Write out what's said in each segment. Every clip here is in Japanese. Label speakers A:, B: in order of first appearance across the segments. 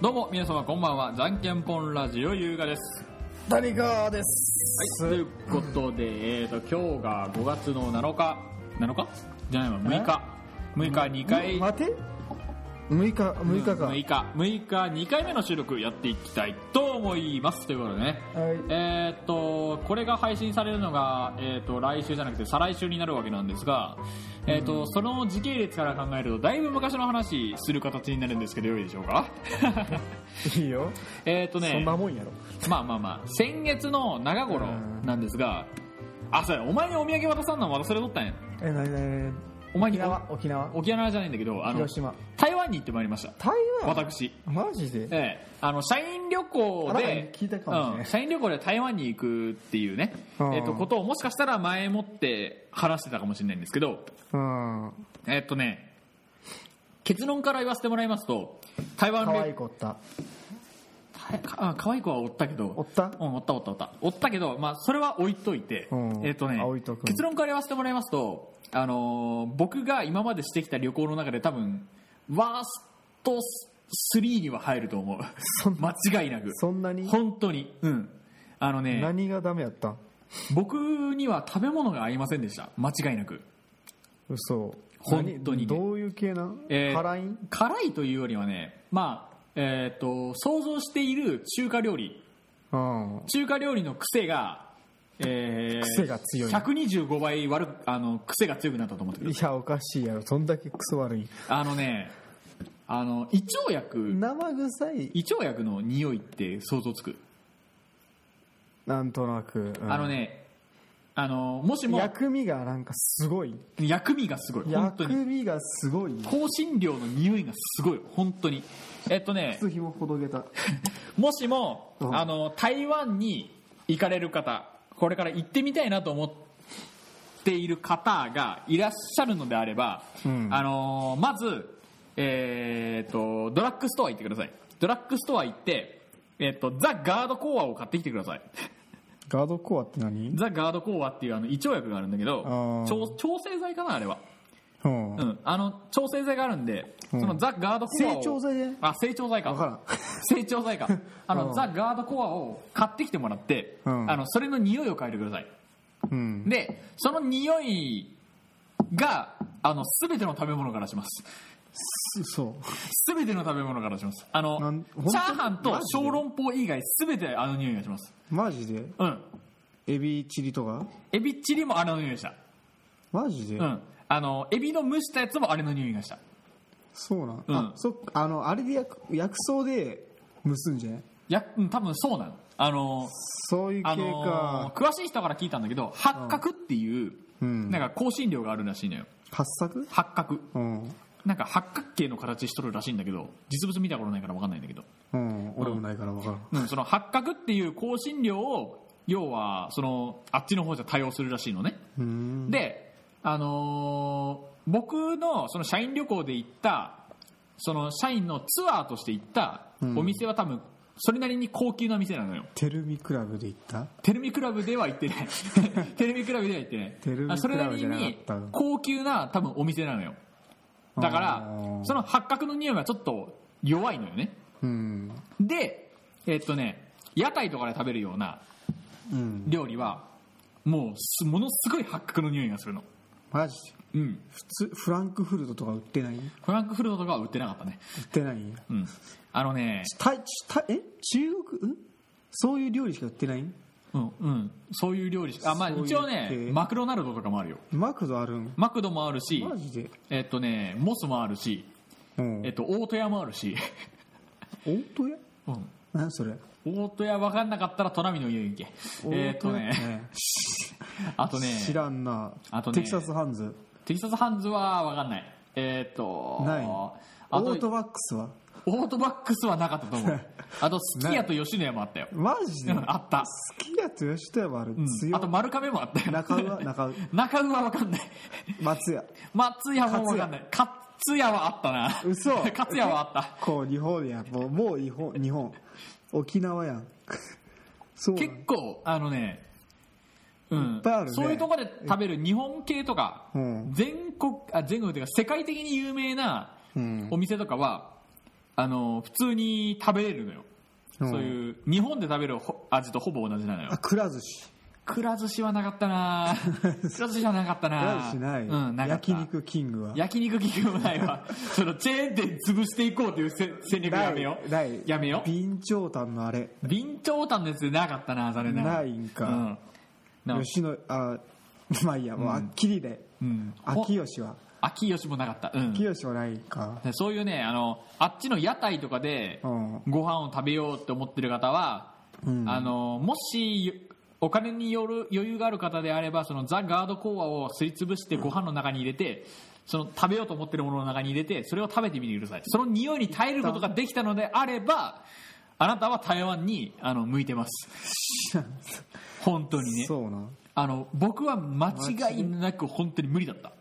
A: どうも皆様こんばんはじゃんけんぽんラジオ優雅です
B: 谷川です。
A: はいということで、えー、と今日が5月の7日7日じゃないわ6日6日2回
B: ん待て。六日、六日か。
A: 6日6日2回目の収録やっていきたいと思いますということでね
B: はい。
A: えーっとこれが配信されるのが、えーっと来週じゃなくて再来週になるわけなんですが、えーっとその時系列から考えるとだいぶ昔の話する形になるんですけどよいでしょうか
B: いいよ。
A: えーっとね
B: そんなもんやろ。
A: まあまあまあ先月の長頃なんですがあそうやお前にお土産渡さんのは渡されとったんや
B: え、なになに。
A: お前
B: 沖
A: に
B: 縄、沖縄。
A: 沖縄じゃないんだけどあの
B: 広島。
A: 台湾に行ってまいりました
B: 台湾。
A: 私
B: マジで。
A: ええ、あの社員旅行
B: あなんか
A: で
B: 聞いたかもね
A: うん、社員旅行で台湾に行くっていうね、
B: うん
A: えっとことをもしかしたら前もって話してたかもしれないんですけど、
B: うん。
A: えっとね、結論から言わせてもらいますと台湾
B: 可愛い
A: 旅
B: 子おった。
A: たあ可愛い子はおったけど
B: おった
A: うん、おったおったおったおったけど、まあ、それは置いといて、
B: うん
A: えっとね
B: あ置いとく
A: 結論から言わせてもらいますと、あのー僕が今までしてきた旅行の中で多分ワースト3には入ると思う
B: そん
A: 間違いなく
B: そんなに。
A: 本当にうんあのね
B: 何がダメやった。
A: 僕には食べ物が合いませんでした間違いなく
B: 嘘。
A: 本当にね
B: 何どういう系な。
A: えー
B: 辛いん。
A: 辛いというよりはねまあえっ、と想像している中華料理
B: うん。
A: 中華料理の癖が、えー
B: 癖が強い
A: 125倍悪くあの癖が強くなったと思ってる
B: いや、おかしいやろ。そんだけクソ悪い。
A: あのねあの胃腸薬
B: 生臭い。
A: 胃腸薬の匂いって想像つく、
B: なんとなく。うん
A: あの。ねあのもしも
B: 薬味がなんかすごい。
A: 薬味がすごい本当
B: 薬
A: に
B: 味がすごい。
A: 香辛料の匂いがすごい本当にえっとね
B: 靴ひもほどげた。
A: もしも、
B: うん
A: あの台湾に行かれる方これから行ってみたいなと思っている方がいらっしゃるのであれば、
B: うん
A: あのまず、えー、とドラッグストア行ってくださいドラッグストア行って、えー、とザ・ガードコアを買ってきてください
B: ガードコアって何
A: ザ・ガードコアっていうあの胃腸薬があるんだけど
B: あー
A: 調調整剤かなあれは、
B: うん
A: う。ん、あの調整剤があるんで、
B: うん
A: そのザ・ガードコアを
B: 成長剤で
A: あ成長剤か
B: わからん。
A: 成長剤 かあの、
B: うん
A: ザ・ガードコアを買ってきてもらって、
B: うん
A: あのそれの匂いを嗅いでください
B: うん。
A: でその匂いがあの全ての食べ物からします
B: そ
A: 全ての食べ物からしますあの
B: なん本当
A: チャーハンと
B: マジで
A: 小籠包以外全てあの匂いがします
B: う。マジで
A: うん
B: エビチリとか
A: エビチリもあれの匂いでした
B: マジで、
A: うんあのエビの蒸したやつもあれの匂いがした
B: そうなん、
A: うん
B: あ、そっか、あの、あれで薬薬草で蒸すんじゃない
A: いや、うん、多分そうなのあの
B: そういう系か。
A: あの詳しい人から聞いたんだけど八角っていう、
B: うん
A: なんか香辛料があるらしいのよ
B: 八作
A: 八角
B: うん。
A: なんか八角形の形しとるらしいんだけど実物見たことないから分かんないんだけど、
B: うん。俺もないからわからん。
A: うん、その八角っていう香辛料を要はそのあっちの方じゃ対応するらしいのね、
B: うーん。
A: で、あのー僕のその社員旅行で行ったその社員のツアーとして行った
B: うん
A: お店は多分それなりに高級な店なのよ
B: テルミクラブで行った
A: テルミクラブでは行ってない テルミクラブでは行ってない
B: テルミクラブじゃなかった
A: あそれなりに高級な多分お店なのよだから
B: あー
A: その八角の匂いがちょっと弱いのよね
B: うん。
A: でえっとね屋台とかで食べるような
B: うん。
A: 料理はもうすものすごい八角の匂いがするの
B: マジで
A: うん
B: 普通、フランクフルトとか売ってない売
A: フランクフルトとかは売ってなかったね
B: ってないんや
A: うんあのね
B: たたえ中国んそういう料理しか売ってないん
A: うんうんそういう料理しあまあ
B: そういう
A: 一応ね
B: 系
A: マクドナルドとかもあるよ
B: マクドあるん
A: マクドもあるし
B: マジで
A: えっとねモスもあるし
B: うん
A: えっと大戸屋もあるし
B: 大戸屋
A: うん
B: 何それ
A: 大戸屋分かんなかったらトラミの家に行けえっと
B: 大 戸屋
A: ね
B: ね
A: あとね
B: 知らんな
A: あとね
B: テキサスハンズ
A: テキサスハンズは分かんないえーっと
B: ない
A: あ
B: オ
A: と
B: ートバックスは
A: オートバックスはなかったと 思うあとすき家と吉野家もあったよ、
B: マジ
A: う
B: で
A: ん あった、
B: 好きやと吉田屋はある
A: うん、
B: 強
A: あと丸亀もあったよ
B: 中 尾は中尾
A: 中尾は分かんない
B: 松屋
A: 松屋も分かんない勝屋はあったな
B: 嘘
A: 勝屋はあった
B: こう日本やもうもう日本日本沖縄やん そうなん
A: 結構あのねうん
B: いっぱいあるね
A: そういうところで食べる日本系とか、
B: うん
A: 全国あ全国というか世界的に有名な
B: うん
A: お店とかはあの普通に食べれるのよ、
B: うん
A: そういう日本で食べるほ味とほぼ同じなのよ
B: あくら寿司
A: くら寿司はなかったな くら寿司はなかった
B: く
A: な
B: ら寿司ない、
A: うん、なかった
B: 焼肉キングは
A: 焼肉企業もないわそのチェーン店潰していこうというせ戦略やめよう
B: ないない
A: やめよう
B: 備長炭のあれ
A: 備長炭のやつでなかったなそれな
B: ないんか
A: うんな
B: 吉野あまあいいやもうあっきりで、
A: うん
B: 秋吉は
A: 秋吉もなかったうん
B: 秋吉はないか
A: でそういうねあのあっちの屋台とかで
B: うん
A: ご飯を食べようって思ってる方は、
B: うん
A: あのもしお金による余裕がある方であればそのザ・ガードコアをすりつぶしてご飯の中に入れてその食べようと思ってるものの中に入れてそれを食べてみてくださいその匂いに耐えることができたのであればあなたは台湾にあの向いてます本当にね
B: そうな
A: あの僕は間違いなく本当に無理だった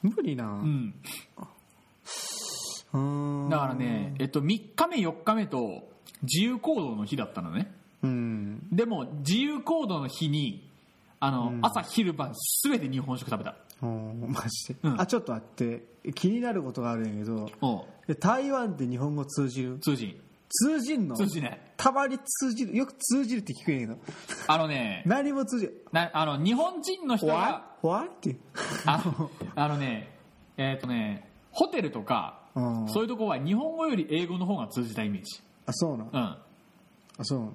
B: 無理な
A: う
B: うんーん
A: だからね、えっと、3日目4日目と自由行動の日だったのね
B: うん
A: でも自由行動の日にあの、朝昼晩全て日本食食べた
B: おーマジで、
A: うん
B: あちょっと待って気になることがあるんやけど
A: お
B: え台湾って日本語通じる
A: 通じ
B: 通じんの
A: ん通じない
B: たまに通じるよく通じるって聞くんやけど
A: あのね
B: 何も通じる
A: なあの日本人の人が
B: わわって
A: あのあのねえっ、とねホテルとか、
B: うん
A: そういうとこは日本語より英語の方が通じたイメージ
B: あそうなの
A: うん
B: あそ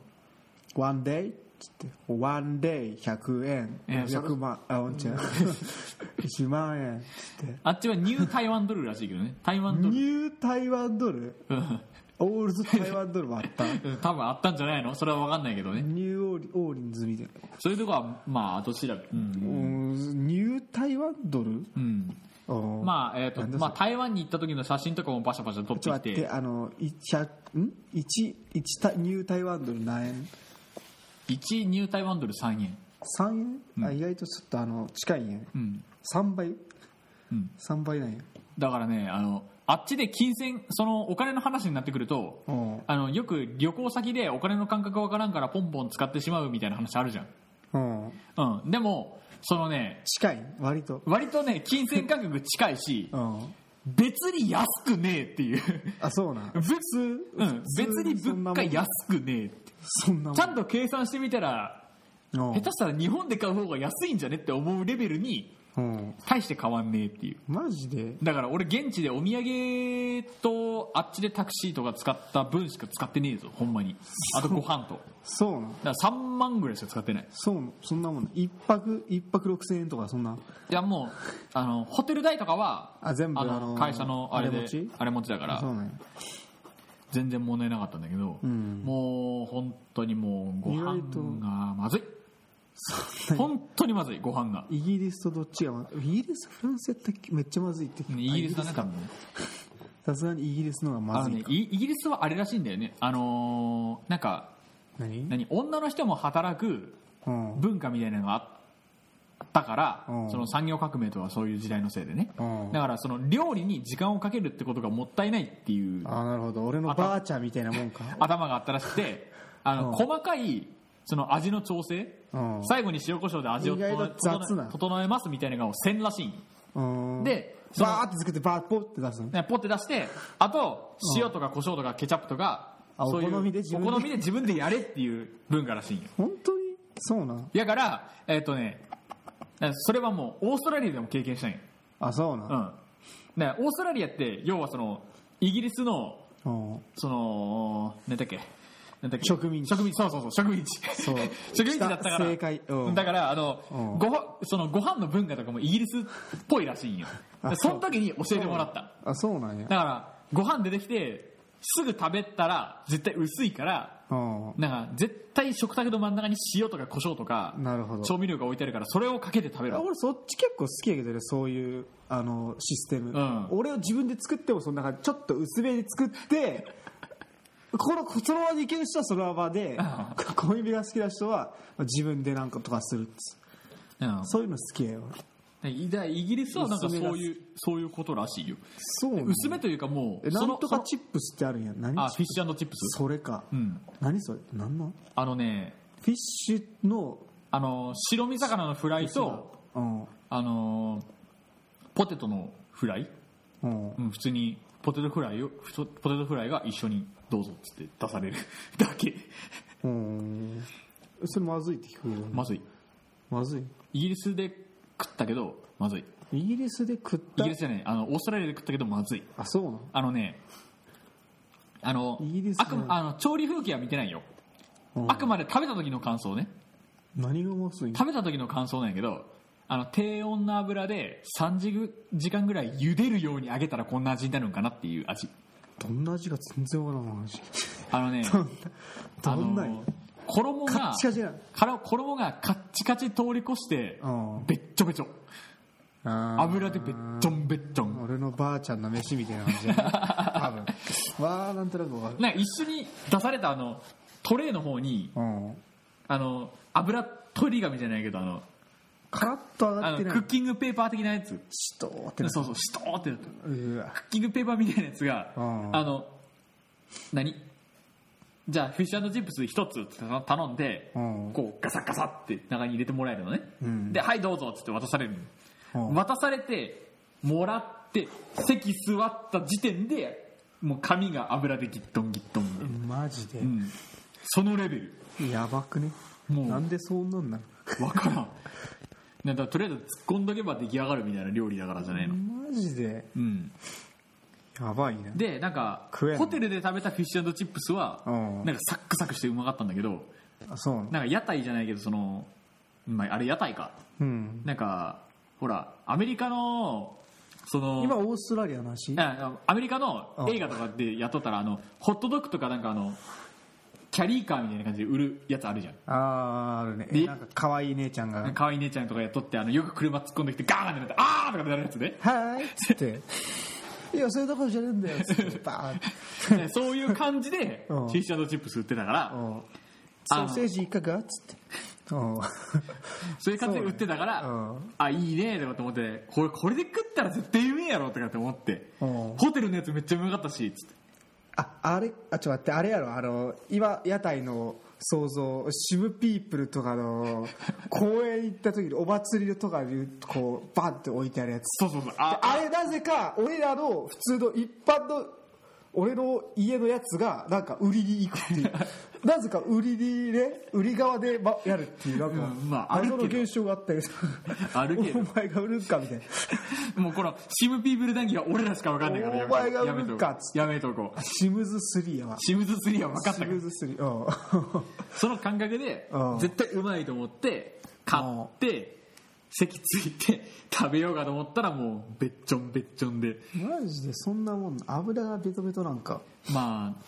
B: うワンデイって言ってワンデイ100円
A: えーそれ
B: 100万あおん ちゃん1万円って言って
A: あっちはニュー台湾ドルらしいけどね台湾ド
B: ニ
A: ル
B: ュー台湾ドル
A: うん
B: オールズ台湾ドルもあったニ
A: うん多分あったんじゃないのそれは分かんないけどね
B: ューオーリオーリンズみたいな
A: そういうとこはまあ後調べうん、
B: うんニュー台湾ドル
A: うん
B: ま
A: まあ、えっ、
B: なん
A: と、
B: だそれ
A: まあ、台湾に行った時の写真とかもバシャバシャ撮っ
B: ちょっと
A: て
B: 待
A: き。
B: っててあの1ん一一たニュー台湾ドル何円
A: 1ニュー台湾ドル3円。
B: 3円、あ意外とちょっとあの近いんやね
A: うん。
B: 3倍
A: うん。
B: 3倍なんや
A: だからね、あの、あっちで金銭、そのお金の話になってくると、
B: うん
A: あの、よく旅行先でお金の感覚わからんからポンポン使ってしまうみたいな話あるじゃ
B: うん
A: ん。うん。でも、そのね、
B: 近い割と
A: 割とね、金銭感覚近いし
B: う、ん
A: 別に安くねえっていう。
B: あそうなん
A: 別、う
B: 普
A: ん、
B: 通
A: 別に物価安くねえって。
B: そんなもん
A: ちゃんと計算してみたら、
B: うん
A: 下手したら日本で買う方が安いんじゃねって思うレベルに
B: うん
A: 大して変わんねえっていう
B: マジで
A: だから俺現地でお土産とあっちでタクシーとか使った分しか使ってねえぞほんまにあとご飯と
B: そうなん
A: だから3万ぐらいしか使ってない
B: そうなんそんなもんなん一泊一泊6000円とかそんない
A: やもうあのホテル代とかは
B: あ全部
A: あ
B: あの
A: の会社のあれで
B: あれ持ち
A: あれ持ちだか
B: そう
A: ら
B: なんや
A: 全然問題なかったんだけど
B: ん
A: もう本当にもうご
B: 意
A: 飯
B: 外と
A: がまずい本当にまずいご飯が
B: イギリスとどっちがまイギリスフランスやったっけめっちゃまずいって聞く
A: イギリスだね
B: あ
A: 多
B: か
A: 分ね
B: さすがにイギリスの方がま
A: あ
B: ず
A: のね
B: いか
A: イイギリスはあれらしいんだよねあのーなんか
B: 何
A: 何女の人も働く
B: うん
A: 文化みたいなのがあったから、
B: うん
A: その産業革命とはそういう時代のせいでね、
B: うん
A: だからその料理に時間をかけるってことがもったいないっていう
B: あなるほど俺のばあちゃんみたいなもんか
A: 頭があったらしくてあの、
B: うん
A: 細かいその味の調整、
B: うん
A: 最後に塩コショウで味を
B: 意外と
A: 整え
B: 雑な
A: 整えますみたいなのをせんらしいん
B: うん
A: でその
B: バーって作ってバーッポって出すの
A: ねポッて出してあと塩とか胡椒とかケチャップとか、
B: あ
A: そういう
B: お好みで自分で
A: お好みで自分でやれっていう文化らしいんよ
B: 本当にそうなん
A: だから、えっ、とね、それはもうオーストラリアでも経験したんよ。
B: あそう
A: う。
B: な
A: だ
B: ん
A: からオーストラリアって、要はその、イギリスの、
B: んうん
A: その、なんだっけ、なんだっけ
B: 植民地
A: 植民地、そうそうそう、植民地。
B: そう
A: 植民地だったから。
B: 正解うん
A: だから、あ
B: う
A: の、
B: ん
A: ごはそのご飯の文化とかもイギリスっぽいらしいんよ。
B: あ
A: その時に教えてもらった。
B: あそうなんや
A: だから、ご飯出てきて、すぐ食べたら、絶対薄いから、
B: うん
A: なんか絶対食卓の真ん中に塩とか胡椒とか
B: なるほど
A: 調味料が置いてあるからそれをかけて食べ
B: あ
A: ろ
B: 俺そっち結構好きやけどねそういうあのシステム、
A: ん
B: 俺を自分で作ってもその中でちょっと薄めに作って このそのままでいける人はそのままで 小指が好きな人は自分でなんかとかするっつ
A: うん
B: そういうの好きやよ
A: イだイギリスはなんかそういうそういうことらしいよ
B: そうなの
A: 薄めというかも
B: え
A: う
B: な
A: その
B: んと
A: そ
B: か
A: の
B: チップスってあるんや何
A: あ
B: チ
A: フィ
B: ッ
A: ッシュチップ
B: プス
A: ス
B: それか、
A: うん
B: 何それ何の
A: あのね
B: フィッシュの
A: あの白身魚のフライと
B: うん
A: あのポテトのフライ、
B: うん
A: うん、普通にポテトフライをふとポテトフライが一緒にどうぞっつって出される だけ
B: うーんそれまずいって聞くよ、
A: まずい
B: まずい
A: イギリスで食ったけどまずい
B: イギリスで食っ
A: イ
B: た
A: ギリスじゃないあのオーストラリアで食ったけどまずい
B: あそうなの
A: あのねあの
B: イギリス
A: あ
B: ね
A: くまあの調理風景は見てないよ
B: うん
A: あくまで食べた時の感想ね
B: 何がまずいの
A: 食べた時の感想なんやけどあの低温の油で3時ぐ時間ぐらい茹でるように揚げたらこんな味になるんかなっていう味
B: どんな味が全然わからん味
A: あのね
B: どんな
A: あの
B: に
A: 衣
B: カ
A: が
B: ッチカチやん
A: から衣がカッチカチ通り越して
B: うん
A: べっちょべちょ
B: あー
A: 油でべっちょんべっちょん
B: 俺のばあちゃんの飯みたいな感じだ ね多分わあなんとなくわかる
A: なんか一緒に出されたあのトレーの方に
B: うん
A: あの油取り紙じゃないけどあの
B: カラッと上
A: あ
B: がって
A: の
B: ない
A: クッキングペーパー的なやつ
B: シトーってな
A: そうそうシトーってクッ
B: うわ
A: キングペーパーみたいなやつが
B: うん
A: あの何じゃあフィッシュチップス一つって頼んで
B: うん
A: こうガサガサって中に入れてもらえるのね
B: うん
A: で「はいどうぞ」っつって渡されるの
B: うん
A: 渡されてもらって席座った時点でもう髪が油でギットンギットンで、
B: マジで
A: うんそのレベル
B: やばくね
A: もう
B: なんでそんなんなの
A: わからん なんだとりあえず突っ込んどけば出来上がるみたいな料理だからじゃないの、
B: マジで
A: うん、
B: やばいな
A: でなんか
B: 食えんの
A: ホテルで食べたフィッシュチップスは
B: うん
A: なんかサックサクしてうまかったんだけど
B: あそうなの
A: なんか屋台じゃないけどその、まあ、あれ屋台か
B: うん
A: なんかほらアメリカのその
B: 今オーストラリアの話
A: ああのアメリカの映画とかでやっとったらあのホットドッグとかなんかあのキャリーカーみたいな感じで売るやつあるじゃん
B: あーあるね
A: で
B: なんか可愛い姉ちゃんが
A: 可愛い姉ちゃんとかやっとってあのよく車突っ込んできてガーンってなってあーとかってなるやつ
B: 「はーい」っつって「いやそういうとこじゃねえんだよ」っつってバーン
A: ねねそういう感じでフ
B: うん
A: ィッシュチップス売ってたから
B: うんソ
A: あの
B: ーセージいかが?」っつってうん
A: そういう感じで売ってたから、
B: うん
A: あいいねとかと思ってこれこれで食ったら絶対うめえやろとかって思って
B: うん
A: ホテルのやつめっちゃうまかったしつって
B: ああれあちょっと待ってあれやろあの今屋台の想像シムピープルとかの公園行った時にお祭りとかにこうバンって置いてあるやつ
A: そうそうそう
B: で
A: あ
B: あれなぜか俺らの普通の一般の俺の家のやつがなんか売りに行くっ ていうなぜか売りにね売り側でまやるっていうなんか
A: うんまああるけ
B: 謎
A: ど
B: の現象があったけど
A: あるけど
B: お前が売るんかみたいな
A: もうこのシムピーブル談義は俺らしか分かんないからやめ
B: お前が
A: やめ
B: 売
A: と
B: る
A: こ
B: かっ
A: う
B: つ
A: やめとこう
B: シムズ3やわ
A: シムズ3は分かった
B: シ
A: けど
B: ムズ3うん
A: その感覚で
B: うん
A: 絶対うまいと思って買って席ついて食べようかと思ったらもうべっちょんべっちょんで
B: マジでそんなもん油がベトベトなんか
A: まあ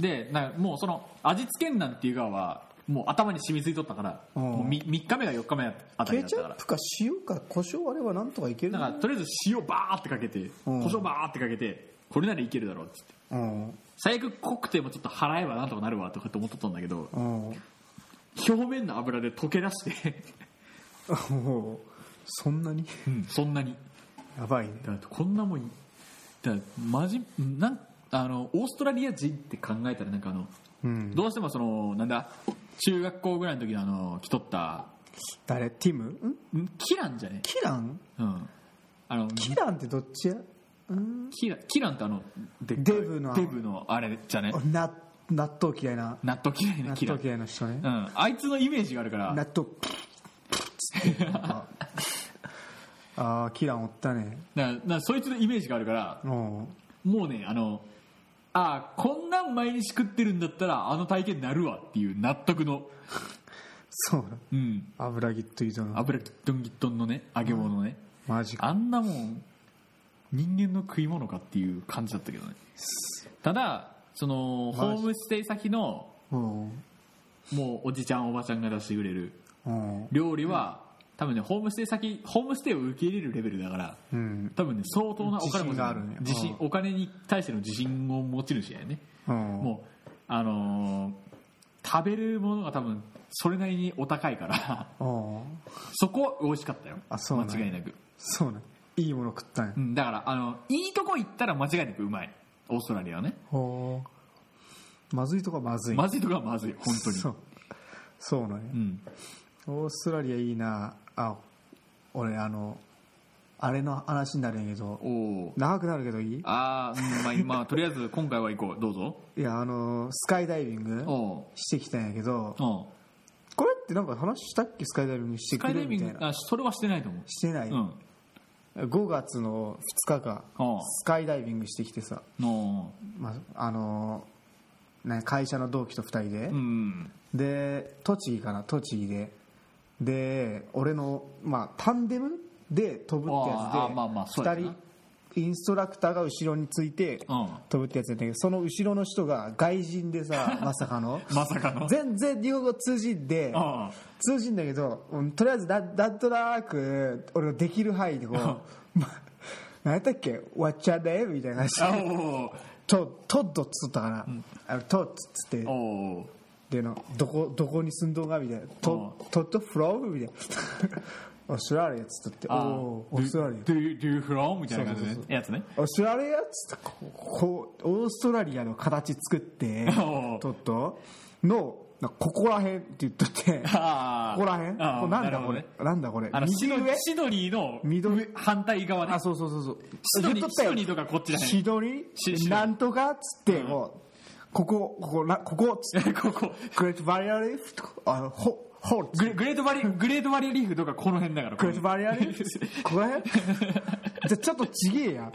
A: でなんかもうその味付けんなんていう側はもう頭に染みついとったから
B: うん
A: もう 3, 日目が4日目あたり
B: ケ
A: だっ
B: チ
A: た
B: ャ
A: か
B: ッ
A: ら
B: プか塩か胡椒あればなんとかいける
A: だからとりあえず塩バーってかけて
B: うん
A: 胡椒バーってかけてこれならいけるだろうっつって
B: うん
A: 最悪濃くてもちょっと払えばなんとかなるわとかって思っとったんだけど
B: うん
A: 表面の油で溶け出して、
B: もうそんなに
A: そんなに
B: やばいね
A: だってこんなもんだからマジなんあのオーストラリア人って考えたらなんかあの、
B: うん
A: どうしてもそのなんだ中学校ぐらいの時のあの着とった
B: 誰ティムん
A: んキランじゃね
B: キラン
A: うんあの
B: キランってどっちやうん
A: キラキランってあのでっかい
B: デブの
A: デブのあれじゃね
B: な納豆嫌いな
A: 納豆嫌いな
B: 納
A: キラン
B: 豆嫌いな人ね
A: うん、あいつのイメージがあるから
B: 納豆つってなんかああキランおったね
A: だからだからそいつのイメージがあるから
B: うん
A: もうねあのああこんなん毎日食ってるんだったらあの体験なるわっていう納得の
B: そうだ
A: うん
B: 油ぎっといたな
A: 油ギットンギットンのね揚げ物ね、
B: マジか
A: あんなもん人間の食い物かっていう感じだったけどねただそのホ
B: マジ
A: ームステイ先の
B: うん
A: もうおじちゃんおばちゃんが出してくれる
B: うん
A: 料理は、多分ねホームステイ先ホームステイを受け入れるレベルだから
B: うん
A: 多分ね相当なお金持ち
B: 自信があるね
A: 自信
B: う
A: お金に対しての自信を持ち主やね
B: うん
A: もうあのー食べるものが多分それなりにお高いから
B: うん
A: そこは美味しかったよ
B: あそうなんや
A: 間違いなく
B: そうねいいもの食ったんや
A: うん、だからあのいいとこ行ったら間違いなくうまいオーストラリアはね
B: ほうまずいとこはまずい
A: まずいとこはまずい本当に
B: そうそうなんや
A: うん、
B: オーストラリアいいなあ俺あのあれの話になるんやけど
A: おお
B: 長くなるけどいい
A: あー、うんまあ、今、まあとりあえず今回は行こうどうぞ
B: いやあのスカイダイビング
A: おう
B: してきたんやけど
A: おう
B: これってなんか話したっけスカイダイビングして
A: スカ
B: く
A: イダ
B: れ
A: イビ
B: みた
A: ン
B: い
A: グ
B: な
A: あそれはしてないと思う
B: してない、
A: うん
B: 5月の2日か
A: うん
B: スカイダイビングしてきてさ、
A: の
B: まああのね、会社の同期と2人で、
A: うん
B: で栃木かな栃木でで俺の、まあ、タンデムで飛ぶってやつで
A: あーあーまあまあそうや
B: 2
A: な
B: 人インストラクターが後ろについて
A: うん
B: 飛ぶってやつやったけどその後ろの人が外人 でさまさかの
A: まさかの
B: 全然日本語通じんで
A: あ
B: 通じんだけど、うんとりあえずななんとなく俺のできる範囲でこうま何やったっけ「わっちゃね」みたいな
A: あ
B: 話
A: お
B: トトッドっつったかな、あのトッドっつって
A: おおお
B: でのどこどこに住んどんがみたいな「とトッドフローみたいな 「オーストラリア」っつったって「おおーオーストラリア」
A: Do you, do you from? みたいな感じで、ね、
B: そうそう
A: やつね
B: オーストラリアっつってこうこうオーストラリアの形作って
A: おう
B: トッドのなここら辺って言っとってこ
A: あー
B: こら辺
A: あー
B: こうなん
A: な
B: だ
A: る
B: こ
A: ほど
B: れ
A: ね
B: なんだこれ
A: あのシ
B: 右
A: ド
B: 上
A: シドニーの
B: 緑
A: 反対側ね
B: あそうそうそうそう
A: シドニー
B: 言っとったよ
A: シドニーとかこっちだね
B: シドニ
A: シシドニ
B: ー
A: ー
B: なんとかっつってもうここここなここっつって
A: ここ
B: グレートバリアリーフとかあのホホール
A: グレグレートバリグレートバリアリーフとかこの辺だから
B: グレートバリアリー フここら辺じゃちょっとちげえや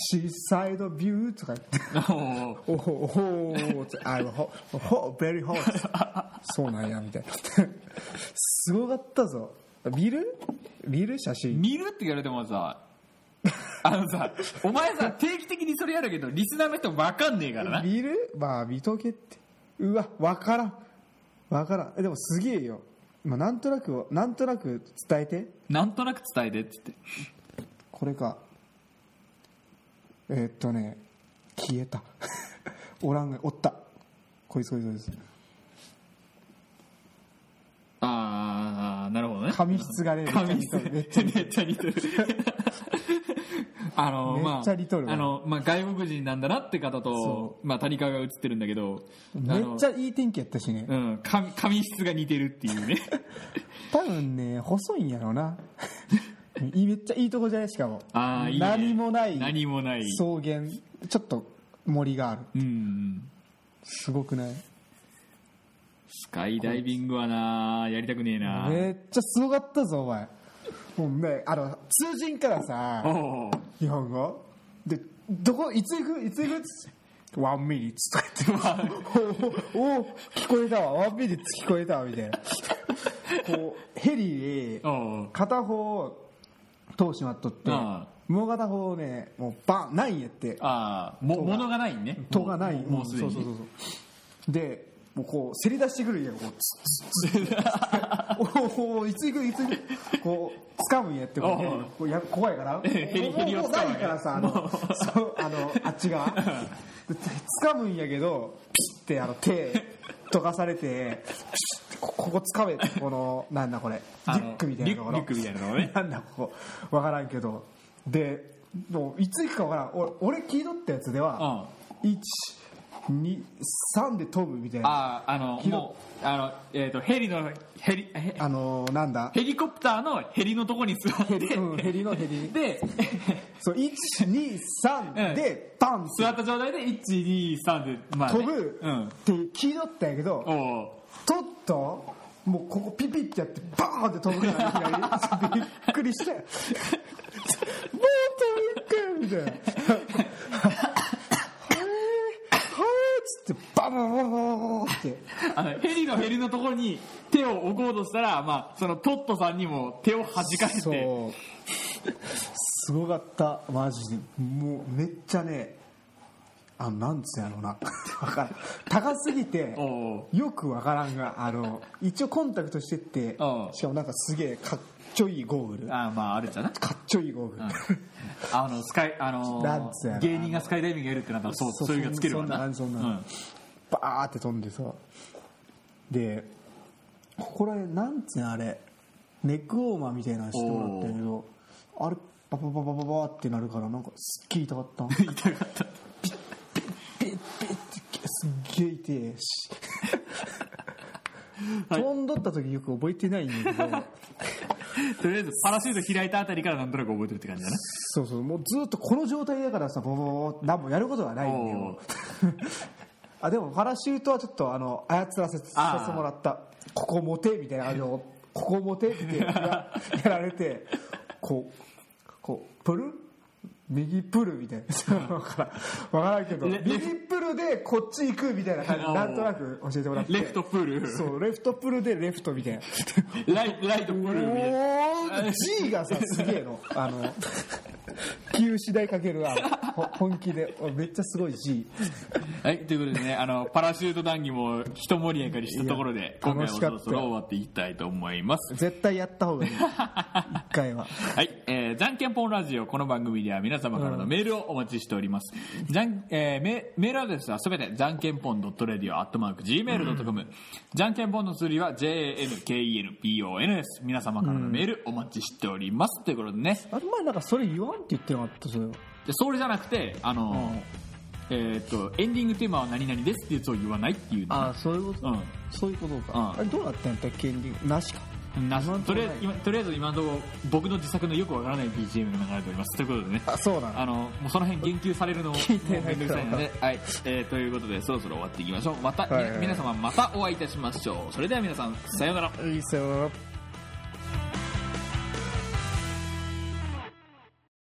B: シーサイドビューとか言って
A: おー
B: おほおほあのほほベリーホーそうなんやみたいなすごかったぞ見る見る写真
A: 見るって言われても さあのさお前さ定期的にそれやるけどリスナーの人分かんねえからな
B: 見るまあ見とけってうわ分からん分からんえでもすげえよ、まあ、なんとなくなんとなく伝えて
A: なんとなく伝えてっつって
B: これかえーっとね消えたおらんがおったこいつこいつこいつ
A: ああなるほどね
B: 髪質がね
A: 髪質
B: め
A: め
B: っ
A: っ
B: ち
A: ち
B: ゃ
A: ゃ似てるあのまあ
B: めっちゃ似とるわ
A: あの、まあ、外国人なんだなって方
B: そ
A: と、まあ、谷川が映ってるんだけど
B: めっち
A: ゃ
B: ゃいい天気やったしね
A: うん、髪髪質が似てるっていう ね
B: 多分ね細いんやろうな いいめっちゃいいとこじゃないしかも
A: ああいい、ね、
B: 何もない
A: 何もない
B: 草原ちょっと森がある
A: うん
B: すごくない
A: スカイダイビングはなやりたくねえな、
B: めっちゃすごかったぞお前もうねあの通じんから
A: お
B: さ
A: お
B: 日本語でどこいつ行くいつ行くっつってワンミリッツとか 言っておおお聞こえたわワンミリッツ聞こえたわみたいなこうヘリで
A: おお
B: 片方を通しまっとって
A: あ
B: もう片方をねもうバンないんやって
A: ああも
B: 塔が
A: 物がないね
B: 戸がない
A: もうもうすでに
B: そうそうそうそうでもうこうせり出してくるんやこうつっつっつおおおいつ行くいつ行くこう掴むんやってこうね
A: おう
B: こうや怖いから
A: えヘリヘリを掴むんや
B: もうもうないからさあのそうあのあっちが掴むんやけどピシッてあの手溶かされてピシッてこここ掴めってこのなんだこれリ
A: あの
B: ュックみたいなところ
A: リュックみたいなところね
B: なんだここわからんけどでもういつ行くかわからん俺俺聞いとったやつでは、123で飛ぶみたいなあ
A: あああの
B: ひど
A: もうあの、えー、とヘリのヘリヘ
B: のーなんだ
A: ヘリコプターのヘリのとこに座って
B: ヘリ,、うん、ヘリのヘリ
A: で
B: そう123でパンって
A: 座った状態で123で、まあね
B: 飛ぶ
A: うん
B: って聞いとったんやけど、
A: おう
B: とっともうここピピってやってバーンって飛ぶからいきなりびっくりしてもう飛びっくりみたいなはえはえっつってバーバーバーバーバーって
A: あのヘリのヘリのところに手を置こうとしたら、まあ、そのトットさんにも手を弾かれて
B: そうすごかったマジでもうめっちゃねあなんつうやろうなわからん高すぎて
A: おう
B: よくわからんがあの一応コンタクトしてって
A: うん
B: しかもなんかすげえかっちょいいゴーグルか
A: あまああるじゃな
B: っちょいいゴーグル、
A: あのスカイあの
B: なんつうやろ
A: 芸人がスカイダイビングやるってなったらそうそういうのつけるわな
B: そんなそんな
A: うん
B: バーって飛んでさでここら辺なんつうのあれネックウォーマーみたいなのしてもらったんやけどあれパパパパパパってなるからなんかすっげえ痛かった痛かったピッピッピッピッってすっげえ痛えし
A: はい
B: 飛んどった時よく覚えてないんだけど
A: とりあえずパラシュート開いたあたりからなんとなく覚えてるって感じだね
B: そうそうもうずっとこの状態だからさボボボボって何もやることがないんだよ あでもパラシュートはちょっとあの操らせさせてもらったここ持てみたいな感じのここ持てってややられてこうこうプル右プルみたいな わから分からんけど
A: レ
B: 右プルでこっち行くみたいな感じ
A: あー
B: なんとなく教えてもらって
A: レフトプル
B: そうレフトプルでレフトみたいな
A: ライライトプルみたいな
B: おー G がさすげえ のあの旧次第かけるあのほ本気でおめっちゃすごい G
A: はい、ということでね、あの、パラシュート談義も一盛り上がりしたところで、今回もそろそろ終わっていきたいと思います。
B: 絶対やった方がいい一回は
A: はい、えー、じゃんけんぽんラジオ、この番組では皆様からのメールをお待ちしております。じゃん、えーメ、メールアドレスはすべて、じゃんけんぽん .radio.gmail.com、じゃんけんぽんの通りは jankenpon です。皆様からのメールお待ちしております。ということでね、
B: あれ前なんかそれ言わんって言ってなかったそれを
A: でそれじゃなくて、あの、えーっと、エンディングテーマは何々ですっていうやつを言わないっていうね、
B: ああそういうこと、
A: うん
B: そういうことか、
A: うん
B: あれどうなったんやったっけエンディングなしか
A: な
B: 今のと
A: と
B: こ
A: り
B: ろ
A: あえ
B: ない
A: ず今とりあえず今のところ僕の自作のよくわからない BGM が流れておりますということでね
B: あそうな
A: あ
B: の
A: のもうその辺言及されるのもも
B: 聞いて
A: う
B: な
A: め
B: い
A: んどくさいので、はいえーということでそろそろ終わっていきましょうまた、
B: はいはいはい
A: 皆様またお会いいたしましょうそれでは皆さんさようなら
B: いいっすよ